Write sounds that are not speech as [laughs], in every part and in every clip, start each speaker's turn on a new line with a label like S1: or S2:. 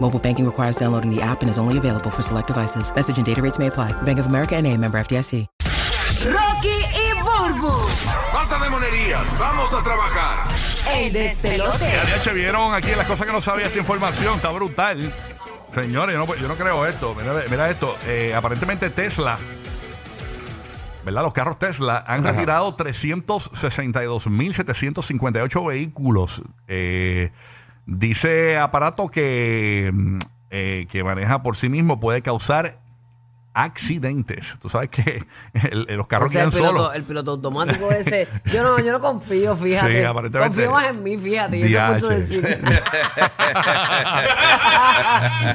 S1: Mobile banking requires downloading the app and is only available for select devices. Message and data rates may apply. Bank of America and a member FDIC.
S2: Rocky y Burbu,
S3: Basta de monerías, vamos a trabajar.
S2: el despelote.
S4: Ya de hecho vieron aquí las cosas que no sabía esta información, está brutal. Señores, yo no, yo no creo esto. Mira, mira esto, eh, aparentemente Tesla, ¿verdad? Los carros Tesla han retirado 362.758 vehículos. Eh, dice aparato que, mm, eh, que maneja por sí mismo puede causar accidentes. Tú sabes que [laughs] el- el- los
S5: O
S4: carros
S5: sea, el
S4: quedan solos.
S5: piloto, el piloto automático ese. Yo no, yo no confío, fíjate.
S4: Sí, aparentemente.
S5: Confío más en mí, fíjate. Y eso es mucho
S4: Diache.
S5: decir.
S4: [laughs]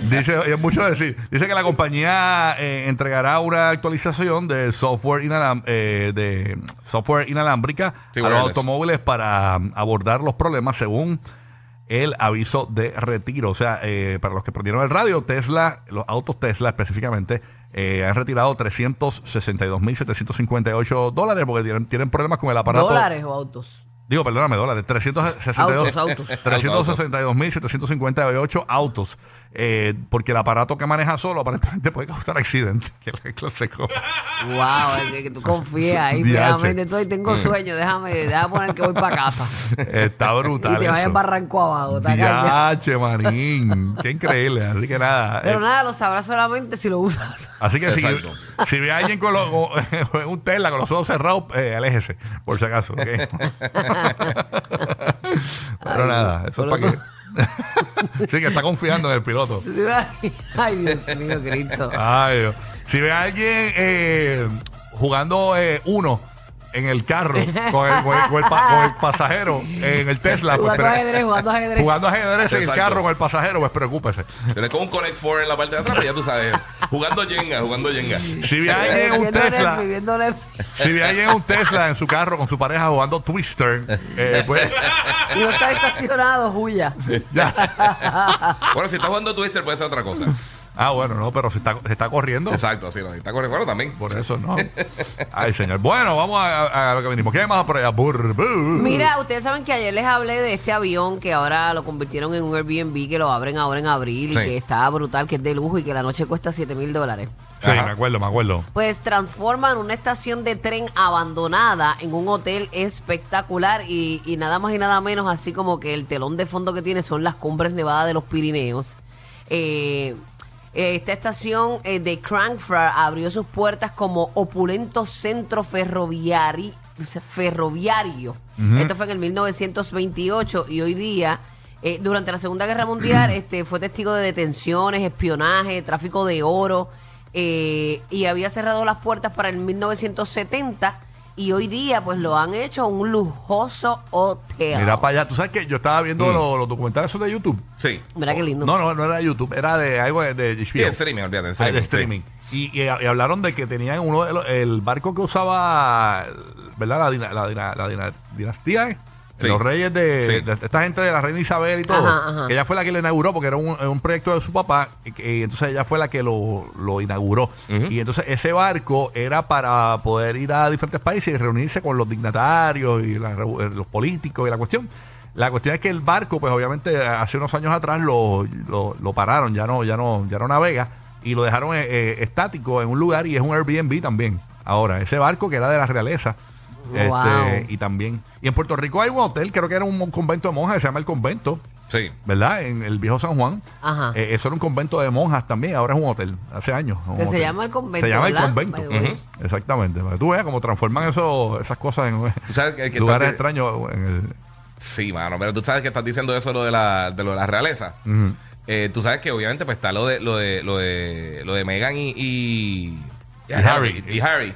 S4: Dice, es mucho decir. Dice que la compañía eh, entregará una actualización de software, inalam- eh, de software inalámbrica
S6: Sí,
S4: a los
S6: wireless.
S4: automóviles para um, abordar los problemas según el aviso de retiro. O sea, eh, para los que perdieron el radio, Tesla, los autos Tesla específicamente, eh, han retirado 362.758 dólares porque tienen, tienen problemas con el aparato.
S5: ¿Dólares o autos?
S4: Digo, perdóname, dólares. 362,
S5: Autos, autos.
S4: 362.758 autos. Eh, porque el aparato que maneja solo aparentemente puede causar accidentes. Que la clase de cosa.
S5: Wow, es que, que tú confías ahí,
S4: Diache. Mm.
S5: fíjate. Entonces tengo sueño, déjame, déjame poner que voy para
S4: [laughs]
S5: casa.
S4: Está brutal.
S5: y te vayas
S4: eso.
S5: barranco abajo, está cañón.
S4: Diache, manín. Qué increíble. Así que nada.
S5: Pero
S4: eh,
S5: nada, lo sabrás solamente si lo usas. [laughs]
S4: Así que si,
S6: Exacto.
S4: si ve a alguien con los- con [laughs] un Tesla con los ojos cerrados, eh, aléjese, por si acaso. ¿ok? Pero nada, eso
S5: con
S4: es
S5: los
S4: para que. [laughs] sí, que está confiando en el piloto.
S5: Ay, Dios mío, Cristo.
S4: Ay, Dios. si ve a alguien eh, jugando eh, uno en el carro con el, con el- con el pa- con el pasajero en el Tesla, pues,
S5: Jugando
S4: pre-
S5: ajedrez, jugando ajedrez.
S4: jugando ajedrez en el
S6: Exacto.
S4: carro con el pasajero, pues preocúpese.
S6: Tienes con un Connect Four en la parte de atrás, pero ya tú sabes. Jugando Jenga, jugando Jenga.
S4: Si ve a alguien en un
S5: Viendo
S4: Tesla,
S5: Netflix, viendo Netflix.
S4: si ve a alguien en un Tesla en su carro con su pareja jugando Twister, eh, pues
S5: Y no está estacionado, Julia.
S4: ya.
S6: Bueno, si estás jugando Twister, puede ser otra cosa.
S4: Ah, bueno, no, pero se está, se está corriendo.
S6: Exacto, así no. Está con recuerdo también.
S4: Por eso no. Ay, señor. Bueno, vamos a, a- a lo que venimos. ¿Qué más por allá? Bur- bur-
S5: Mira, ustedes saben que ayer les hablé de este avión que ahora lo convirtieron en un Airbnb, que lo abren ahora en abril
S6: Sí.
S5: y que está brutal, que es de lujo y que la noche cuesta 7 mil dólares.
S4: Sí,
S6: Ajá.
S4: me acuerdo, me acuerdo.
S5: Pues transforman una estación de tren abandonada en un hotel espectacular y, y nada más y nada menos, así como que el telón de fondo que tiene son las cumbres nevadas de los Pirineos. Eh, eh, esta estación eh, de Crankford abrió sus puertas como opulento centro ferroviari- ferroviario. Esto fue en el 1928 y hoy día, eh, durante la Segunda Guerra
S6: [clears throat]
S5: Mundial, este, fue testigo de detenciones, espionaje, tráfico de oro eh, y había cerrado las puertas para el 1970 y hoy día pues lo han hecho un lujoso hotel.
S4: Mira para allá. Tú sabes que yo estaba viendo
S6: Mm.
S4: los, los documentales esos de YouTube.
S6: Sí.
S5: Mira qué lindo.
S4: No, no, no era de YouTube, era de algo de, de HBO.
S6: Sí, en streaming, olvídate,
S4: Ah,
S6: en streaming.
S4: de streaming. Y, y- y hablaron de que tenían uno de los- el barco que usaba, ¿verdad? La, dina- la dina- la dina- dinastía, ¿eh?
S6: Sí.
S4: Los reyes de,
S6: Sí.
S4: de esta gente de la reina Isabel y todo.
S5: Ajá, ajá.
S4: Que ella fue la que lo inauguró porque era un, un proyecto de su papá. Y, que- y entonces ella fue la que lo, lo inauguró. Y entonces ese barco era para poder ir a diferentes países y reunirse con los dignatarios y la revu- eh, los políticos y la cuestión. La cuestión es que el barco, pues obviamente hace unos años atrás lo, lo, lo pararon, ya no, ya no, ya no navega y lo dejaron eh, eh, estático en un lugar y es un Airbnb también. Ahora, ese barco que era de la realeza. este,
S5: Wow.
S4: y también. Y en Puerto Rico hay un hotel, creo que era un convento de monjas, que se llama el convento,
S6: Sí.
S4: ¿verdad? En el viejo San Juan.
S5: Ajá.
S4: Eh, eso era un convento de monjas también, ahora es un hotel, hace años. un
S5: Que se
S4: hotel.
S5: llama El Convento,
S4: Se llama el
S5: ¿verdad?
S4: convento.
S5: By the way.
S4: Ujú. Exactamente. Para que Tú veas cómo transforman eso, esas cosas en
S6: sabes que- que
S4: lugares
S6: también-
S4: extraños. En el,
S6: Sí, mano, pero tú sabes que estás diciendo eso lo de la, de lo de la realeza. Eh, tú sabes que obviamente pues está lo de lo de lo de, lo de Megan y, y,
S4: Y Harry.
S6: Y Harry.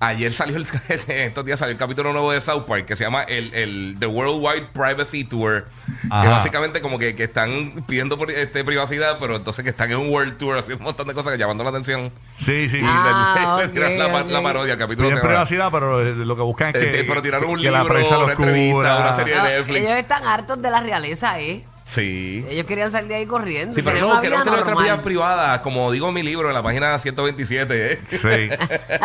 S6: Ayer salió el, [laughs] estos días salió el capítulo nuevo de South Park que se llama el, el The Worldwide Privacy Tour.
S4: Ajá.
S6: Que básicamente como que, que están pidiendo por- este, privacidad, pero entonces que están en un World Tour, [laughs] haciendo un montón de cosas que llamando la atención.
S4: Sí, sí.
S6: Y
S5: Ah,
S6: le- le tiraron la,
S5: ok,
S6: par-
S5: ok.
S6: la parodia al capítulo.
S4: Piden
S6: se llama-
S4: privacidad, pero eh, lo que buscan es que,
S6: Este, pero tiraron un
S4: que la
S6: libro,
S4: prensa
S6: una
S4: los
S6: entrevista,
S4: cubra.
S6: una serie de
S5: No,
S6: Netflix.
S5: Ah, ellos están hartos de la realeza, ¿eh?
S6: Sí.
S5: Ellos querían salir de ahí corriendo.
S6: Sí, pero
S5: querían
S6: no,
S5: una vida
S6: queremos tener nuestra
S5: normal.
S6: vida privada, como digo en mi libro, en la página 127. ¿eh?
S4: Sí.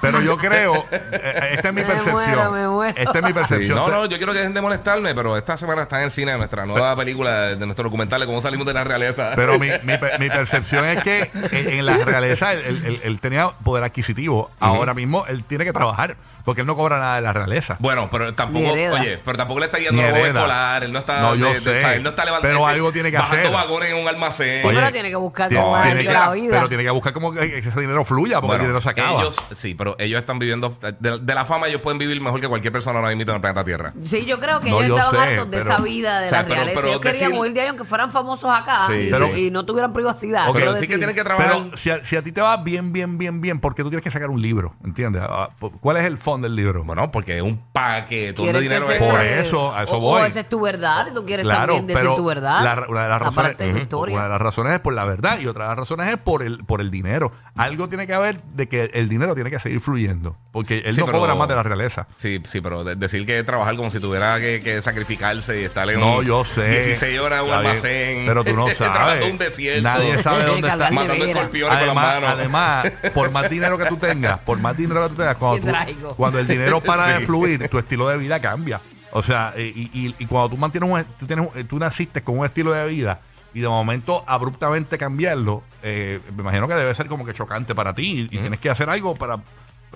S4: Pero yo creo, eh, esta es mi
S5: Me
S4: percepción.
S5: muero, me muero.
S4: Esta es mi
S6: Ah, Sí,
S4: percepción.
S6: no, no, yo quiero que dejen de molestarme, pero esta semana está en el cine nuestra nueva película de nuestro documental de cómo salimos de la realeza.
S4: Pero mi, mi per- mi percepción es que en, en la realeza él, él- él- él tenía poder adquisitivo. Ahora mismo él tiene que trabajar porque él no cobra nada de la realeza.
S6: [laughs] Bueno, pero tampoco,
S5: Ni hereda.
S6: oye, pero tampoco le está
S4: Ni
S6: yendo a robo
S4: hereda.
S6: escolar, él no está,
S4: No, yo sé,
S6: o sea, él no está levantando,
S4: pero algo tiene que
S6: bajando
S4: hacer.
S6: vagones en un almacén.
S5: Sí,
S4: Oye,
S5: pero tiene que buscar
S4: Tiene-
S5: cómo
S6: no,
S4: tiene
S5: ganarse
S4: que-
S5: la vida.
S4: Pero tiene que buscar como que ese dinero fluya porque
S6: Bueno,
S4: el dinero se acaba.
S6: ellos, sí, pero ellos están viviendo, de, de la fama ellos pueden vivir mejor que cualquier persona ahora mismo en el planeta Tierra.
S5: Sí, yo creo que
S4: No,
S5: ellos
S4: yo
S5: estaban
S4: sé,
S5: hartos de
S4: pero-
S5: esa vida de
S6: o sea,
S5: la
S6: pero-
S5: realeza.
S6: pero
S5: ellos querían
S6: decir-
S5: huir de ahí aunque fueran famosos acá
S6: Sí,
S5: y,
S6: pero-
S5: y no tuvieran privacidad.
S4: Ok,
S6: pero
S5: quiero
S6: sí que
S5: decir.
S6: tienen que trabajar.
S4: Pero si a, si a ti te va bien, bien, bien, bien, ¿por qué tú tienes que sacar un libro? ¿Entiendes? Ah, ¿Cuál es el fondo del libro?
S6: Bueno, porque es un paquetón de
S5: Quieren que
S6: dinero.
S5: se-
S6: extra.
S4: Por eso, a eso
S5: o,
S4: voy.
S5: o esa es tu verdad, y tú quieres también decir tu verdad.
S4: la ra- una, de las razones,
S5: Aparte de tu
S4: Ujú.
S5: historia.
S4: una de las razones es por la verdad y otra de las razones es por el, por el dinero. Algo tiene que haber de que el dinero tiene que seguir fluyendo, porque él
S6: Sí,
S4: no
S6: pero-
S4: cobra más de la realeza.
S6: Sí, sí, pero de- decir que trabajar como si tuviera que, que sacrificarse y estar en
S4: No,
S6: un
S4: yo sé.
S6: 16 horas en un
S4: Está bien,
S6: almacén.
S4: Pero tú no
S6: [laughs] Trabajando
S4: sabes.
S6: en un desierto.
S4: Nadie
S5: [laughs]
S4: sabe dónde está.
S5: Cargar
S6: Matando
S5: nevera.
S6: escorpiones con las
S4: Además,
S6: manos.
S4: además, por más dinero que tú tengas, por más dinero que tú tengas,
S5: Qué
S4: cuando,
S5: traigo.
S4: tú, cuando el dinero para de
S6: Sí.
S4: fluir, tu estilo de vida cambia. O sea, eh, y, y- y cuando tú mantienes un, tú, tienes un- tú naciste con un estilo de vida y de momento abruptamente cambiarlo, eh, me imagino que debe ser como que chocante para ti y, y tienes que hacer algo para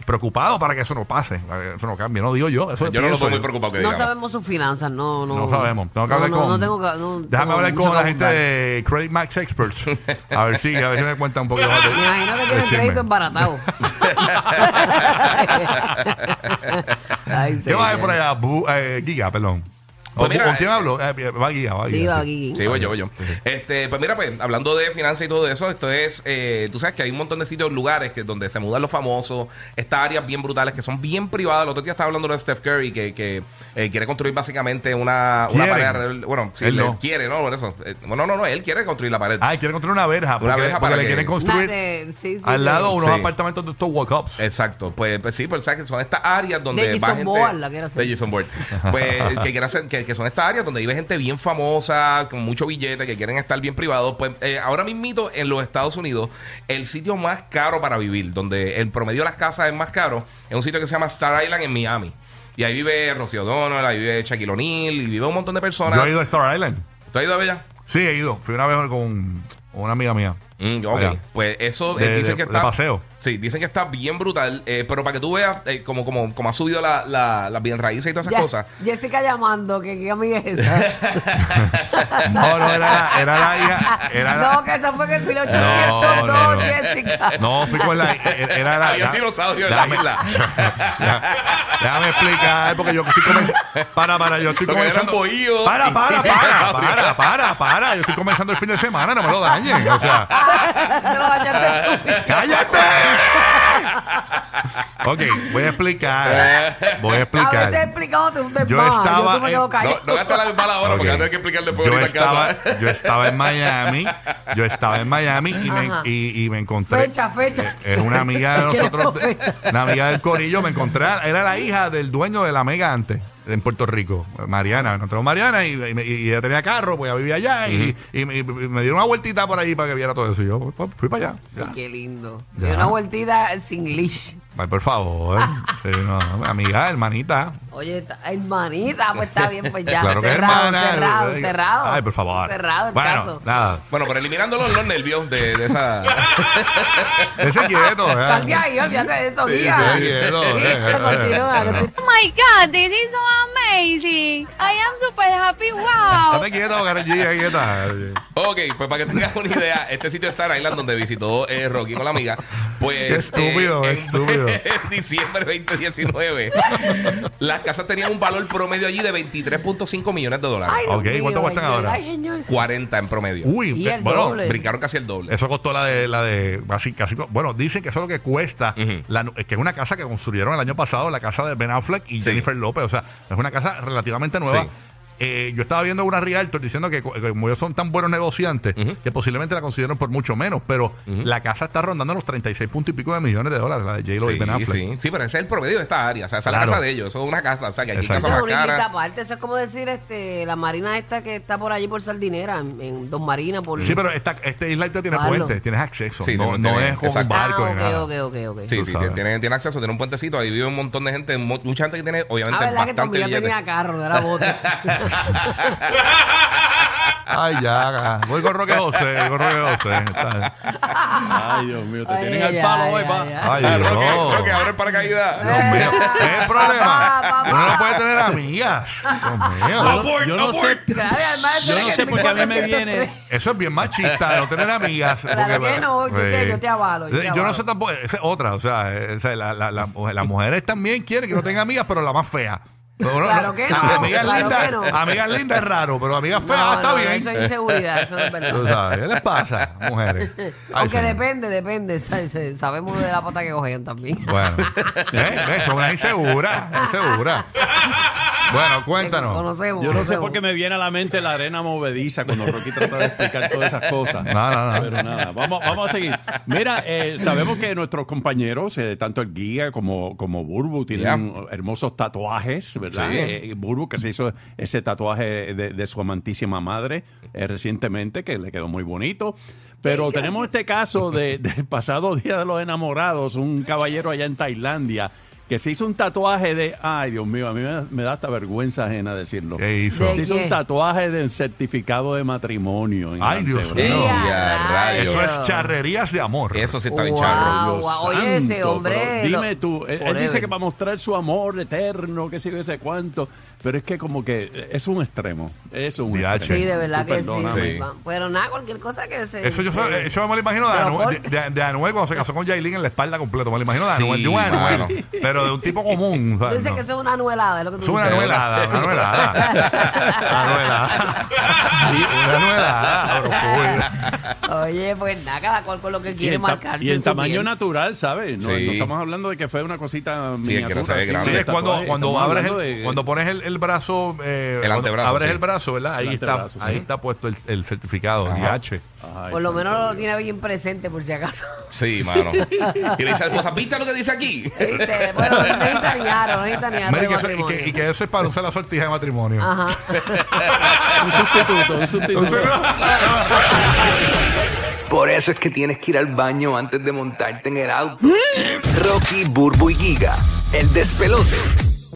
S4: preocupado para que eso no pase, para que eso no cambie. No digo yo, eso
S6: yo no lo
S4: pienso
S6: pongo muy
S4: yo.
S6: preocupado que
S5: no
S6: digamos.
S5: sabemos sus finanzas, no, no.
S4: No sabemos. Tengo que hablar
S5: no,
S4: con.
S5: No, no tengo que- no
S4: déjame
S5: tengo
S4: hablar
S5: mucho
S4: con
S5: que
S4: la gente
S5: abundar.
S4: de Credit Max Experts. A ver si, a ver si me cuentan un poquito más. de-
S5: Me imagino que tiene
S4: de
S5: el crédito
S4: chisme. [laughs]
S5: embaratado. Ay,
S4: ¿Qué va a haber
S5: señor.
S4: por allá? Bu- eh, Giga, perdón.
S6: Pues
S4: ¿O-
S6: mira,
S4: ¿Con quién
S6: eh,
S4: hablo? Eh, va Giga, va Giga.
S5: Sí, va aquí.
S6: Sí, voy yo, voy yo. Este, pues mira, pues, hablando de finanzas y todo eso, esto es, eh, tú sabes que hay un montón de sitios, lugares que donde se mudan los famosos, estas áreas bien brutales que son bien privadas. El otro día estaba hablando de Steph Curry que, que, eh, quiere construir básicamente una, una
S4: Quiere.
S6: pared. alrededor- Bueno, sí,
S4: Él
S6: le-
S4: no.
S6: quiere, ¿no? Por eso. Eh, bueno, no, no, él quiere construir la pared.
S4: Ah, quieren construir una verja. Porque,
S6: verja
S4: porque
S6: para
S4: le
S6: que-
S4: quieren construir
S5: Una de- sí, sí,
S4: al
S5: de-
S4: lado unos
S6: Sí.
S4: apartamentos de estos walk-ups.
S6: Exacto, pues, pues sí, pero sabes que son estas áreas donde
S5: De
S6: va
S5: Jason
S6: gente
S5: Bourne, la quiero hacer.
S6: de
S4: [laughs]
S6: Jason Bourne. Pues que quieren hacer que, que son estas áreas donde vive gente bien famosa, con mucho billete, que quieren estar bien privados, pues eh, ahora mismito en los Estados Unidos el sitio más caro para vivir, donde el promedio de las casas es más caro, es un sitio que se llama Star Island en Miami. Y ahí vive Rocío Donald, ahí vive Shaquille O'Neal, y vive un montón de personas.
S4: Yo he ido a Star Island.
S6: ¿Tú has ido a Bella?
S4: Sí, he ido. Fui una vez con una amiga mía.
S6: Mm, ok,
S4: Allá.
S6: pues eso
S4: De-
S6: eh, dicen
S4: de-
S6: que
S4: de
S6: está.
S4: paseo.
S6: Sí, dicen que está bien brutal. eh, pero para que tú veas eh, como, como, como ha subido la, la, las bien raíces y todas esas
S5: Ya,
S6: cosas.
S5: Jessica llamando, que qué amiga es esa.
S4: No, no, era, era la hija. [laughs] Era la-
S5: [laughs] no, que eso fue en el 1802,
S4: No, no, no.
S5: Jessica.
S4: No, fui con la. Era la.
S6: Había un
S4: la-
S6: dinosaurio en la
S4: [laughs] Ya, Déjame explicar, porque yo estoy comenzando. Para, para, yo estoy
S6: Lo que eran
S4: comenzando.
S6: bohíos.
S4: Para, para,
S6: [laughs]
S4: para, para, para, para. Yo estoy comenzando el fin de semana, no me lo dañen. O sea.
S5: [laughs] no, ya te
S4: ¡Cállate! ok, voy a explicar. Voy a
S5: A veces
S4: explicar.
S5: explicamos tú te
S4: Yo
S5: vas,
S4: estaba
S5: yo tú me
S4: en-
S5: quedo
S6: No,
S5: callado.
S6: no gastes la bala ahora porque
S4: Ok.
S6: voy a tener que explicar después
S4: yo
S6: ahorita en
S4: estaba,
S6: casa. [laughs] ¿eh?
S4: yo estaba en Miami, yo estaba en Miami y me, y- y me encontré.
S5: Fecha, fecha.
S4: Eh, Es una amiga
S5: [laughs]
S4: de
S5: Queremos
S4: nosotros,
S5: fecha.
S4: una amiga del Corillo. Me encontré, era la hija del dueño de la mega antes, en Puerto Rico, Mariana. Me encontré con Mariana y, y- y ella tenía carro, pues ya vivía allá. y- y, y- y me dieron una vueltita por ahí para que viera todo eso. Y yo pues, fui para allá. ya.
S5: Ay, Qué lindo.
S4: Ya.
S5: De una vueltita sin leash.
S4: Ay, por
S5: [laughs]
S4: favor. Sí, no, no, amiga, hermanita.
S5: Oye, ta- hermanita, pues está bien, pues
S4: [laughs]
S5: ya.
S4: Claro que
S5: cerrado,
S4: hermana.
S5: cerrado,
S4: Ay,
S5: cerrado.
S4: Ay, por favor.
S5: Cerrado el
S4: bueno,
S5: caso.
S4: Nada.
S6: Bueno, pero eliminando los, los nervios de, de esa.
S4: [laughs] Ese quieto.
S5: [laughs]
S4: ¿eh?
S5: Sal de ahí, olvídate de eso, [laughs]
S6: Sí,
S5: guía.
S6: sí,
S4: sí, no,
S5: Continúa,
S4: no, no.
S5: continúa.
S7: Oh my god, this is so amazing. I am super happy. Wow.
S4: Date quieta, Karol G, ahí está.
S6: Ok, pues para que tengas una idea, este sitio Star Island donde visitó eh, Rocky con la amiga, pues...
S4: Qué estúpido,
S6: en-
S4: estúpido.
S6: [laughs] En diciembre 2019, las casas tenían un valor promedio allí de 23.5 millones de dólares.
S5: Ay, Dios
S4: Ok, ¿cuánto
S5: mío,
S4: cuestan
S5: ay,
S4: ahora?
S5: Ay, señor.
S6: 40 en promedio.
S4: Uy,
S5: Y
S4: eh,
S5: el
S4: bueno,
S5: doble.
S6: Brincaron casi el doble.
S4: Eso costó la de, la de casi, casi- bueno, dicen que eso es lo que cuesta,
S6: Ujú.
S4: la nu- que es una casa que construyeron el año pasado, la casa de Ben Affleck y
S6: Sí.
S4: Jennifer López, o sea, es una casa relativamente nueva.
S6: Sí.
S4: Eh, yo estaba viendo una Realtor diciendo que co- que como ellos son tan buenos negociantes,
S6: Ujú.
S4: que posiblemente la consiguieron por mucho menos, pero la casa está rondando los 36 puntos y pico de millones de dólares, la de J-Lo y Ben
S6: Sí,
S4: Affleck.
S6: sí, sí, pero ese es el promedio de esta área. O sea, esa es
S4: Claro.
S6: la casa de ellos. Eso es una casa. O sea, que aquí hay
S4: Exacto.
S5: Eso
S6: casas
S5: es
S6: más
S5: una islita
S6: caras.
S5: aparte, eso es como decir este, la marina esta que está por allí por Sardinera, en, en Dos Marinas, por...
S4: Sí, pero esta, este isla tiene
S5: Pablo.
S4: puente, tienes acceso,
S6: Sí,
S4: no,
S6: tiene-
S4: no
S6: tiene-
S4: es con un
S6: exacto.
S4: barco
S5: ah,
S4: ni
S5: ok,
S4: nada.
S5: ok, ok, ok.
S6: Sí,
S4: Tú
S6: sí,
S4: sabes.
S6: tiene, tiene acceso, tiene un puentecito, ahí vive un montón de gente, mo- mucha gente que tiene, obviamente,
S5: Ah, verdad que
S6: bastante
S5: también yo
S6: billete.
S5: tenía carro, era bote. [laughs]
S6: [laughs]
S4: [laughs] Ay, ya, voy con Roque José, voy con Roque José. Está-
S8: Ay, Dios mío, te
S5: Ay,
S8: tienen
S5: ay,
S8: al palo
S5: ay,
S8: hoy,
S5: ay,
S8: pa.
S5: ay.
S4: Ay,
S6: Ah,
S4: Dios.
S6: Roque, Roque, abre el
S4: Dios
S6: paracaídas.
S4: mío, ¿qué es el problema?
S5: Papá, papá.
S4: Uno no puede tener amigas. Dios mío.
S8: Yo, yo no sé,
S5: Ay, además,
S8: yo no
S5: que
S8: sé por qué a mí me
S5: 1403.
S8: viene.
S4: Eso es bien machista, no tener amigas. eh,
S5: Claro que no, yo te- yo te avalo, yo te
S4: no
S5: avalo.
S4: sé tampoco, esa es otra, o sea, eh, o sea, la- la- la- las mujeres también quieren que no tengan amigas, pero la más fea. Pero uno-
S5: Claro que no,
S4: Amigas
S5: claro
S4: lindas,
S5: que no.
S4: amigas lindas es raro, [laughs] pero amigas feas
S5: No,
S4: está
S5: no,
S4: bien.
S5: Eso es inseguridad, eso no es
S4: Tú
S5: verdad.
S4: sabes, ¿qué les pasa, mujeres? [laughs] Ay,
S5: Aunque
S4: señor.
S5: depende, depende. [laughs] sa- sa- Sabemos de la pata que cogían también. [laughs]
S4: Bueno, ¿eh? ¿ves? Son unas inseguras, inseguras. Bueno, cuéntanos.
S5: Conocemos,
S8: Yo no sé
S5: conocemos.
S8: por qué me viene a la mente la arena movediza cuando Rocky trata de explicar todas esas cosas.
S4: No, no, no.
S8: Pero nada, vamos, vamos a seguir. Mira, eh, sabemos que nuestros compañeros, eh, tanto el guía como, como Burbu, tienen hermosos tatuajes, ¿verdad?
S6: Sí.
S8: Eh, Burbu que se hizo ese tatuaje de, de su amantísima madre eh, recientemente, que le quedó muy bonito. Pero tenemos este caso de- del pasado Día de los Enamorados, un caballero allá en Tailandia que se hizo un tatuaje de, ay Dios mío, a mí me, me da hasta vergüenza ajena decirlo.
S4: ¿Qué hizo?
S5: ¿De
S8: Se hizo
S5: qué?
S8: un tatuaje del certificado de matrimonio. en
S4: Ay,
S8: el
S4: Dios
S8: antebrazo.
S4: mío.
S6: Ya, rayos.
S4: Eso es charrerías de amor.
S6: Eso sí está bien
S5: Wow.
S6: charro.
S5: Ah, guau, oye, ese
S8: santo,
S5: hombre
S8: pero
S5: lo-
S8: Dime tú, él, él
S5: Forever.
S8: dice que para mostrar su amor eterno, que sé yo, ese cuánto. Pero es que como que es un extremo. Es un
S4: DH.
S8: extremo.
S5: Sí, de verdad
S8: Tú
S5: que sí, sí.
S8: perdóname.
S5: Pero nada, cualquier cosa que se.
S4: Eso yo,
S5: se-
S4: sé- eso me lo imagino de,
S5: se lo
S4: Anu-
S5: corte.
S4: de, de- de Anuel cuando se casó con Yailin en la espalda completo. Me lo imagino de
S6: Sí,
S4: Anuel. de un Anuel,
S6: mano.
S4: pero de un tipo común. o sea,
S5: Tú dices
S4: no.
S5: que eso es una anuelada, es lo que tú
S4: Es una
S5: dices.
S4: anuelada, una anuelada.
S5: [laughs]
S4: anuelada. Sí, una anuelada. bro, cool.
S5: Oye, pues nada, cada cual con lo que
S8: Y
S5: quiere
S8: en, ta-
S5: marcarse.
S8: y en
S5: en su
S8: tamaño
S5: piel.
S8: natural, ¿sabes? No,
S6: Sí.
S8: no estamos hablando de que fue una cosita
S6: Sí, el que no
S8: miniatura.
S6: se ve
S8: así,
S6: grande.
S4: Sí,
S8: de
S4: es cuando,
S8: tatuaje.
S4: cuando
S8: Estamos
S4: abres
S8: hablando
S4: el,
S8: de-
S4: cuando pones el, el brazo, eh, cuando
S6: antebrazo,
S4: abres
S6: sí.
S4: el brazo, ¿verdad? Ahí
S8: El
S4: está,
S8: antebrazo,
S4: ahí
S8: sí.
S4: está puesto el, el certificado, el DH.
S8: Ay,
S5: Por lo
S8: santo
S5: menos lo
S8: Dios.
S5: tiene bien presente, por
S4: [laughs]
S5: si acaso.
S6: Sí, mano. Y le dice a la esposa, ¿viste lo que dice aquí?
S5: ¿Viste? Bueno, no necesita ni aro, no necesita ni aro
S4: Mira, y,
S5: de
S4: que eso, y, que, y
S5: matrimonio.
S4: que eso es para usar la sortija de matrimonio.
S8: Un sustituto,
S6: [laughs]
S8: un sustituto.
S9: Por eso es que tienes que ir al baño antes de montarte en el auto. Rocky, Burbu y Giga, el despelote.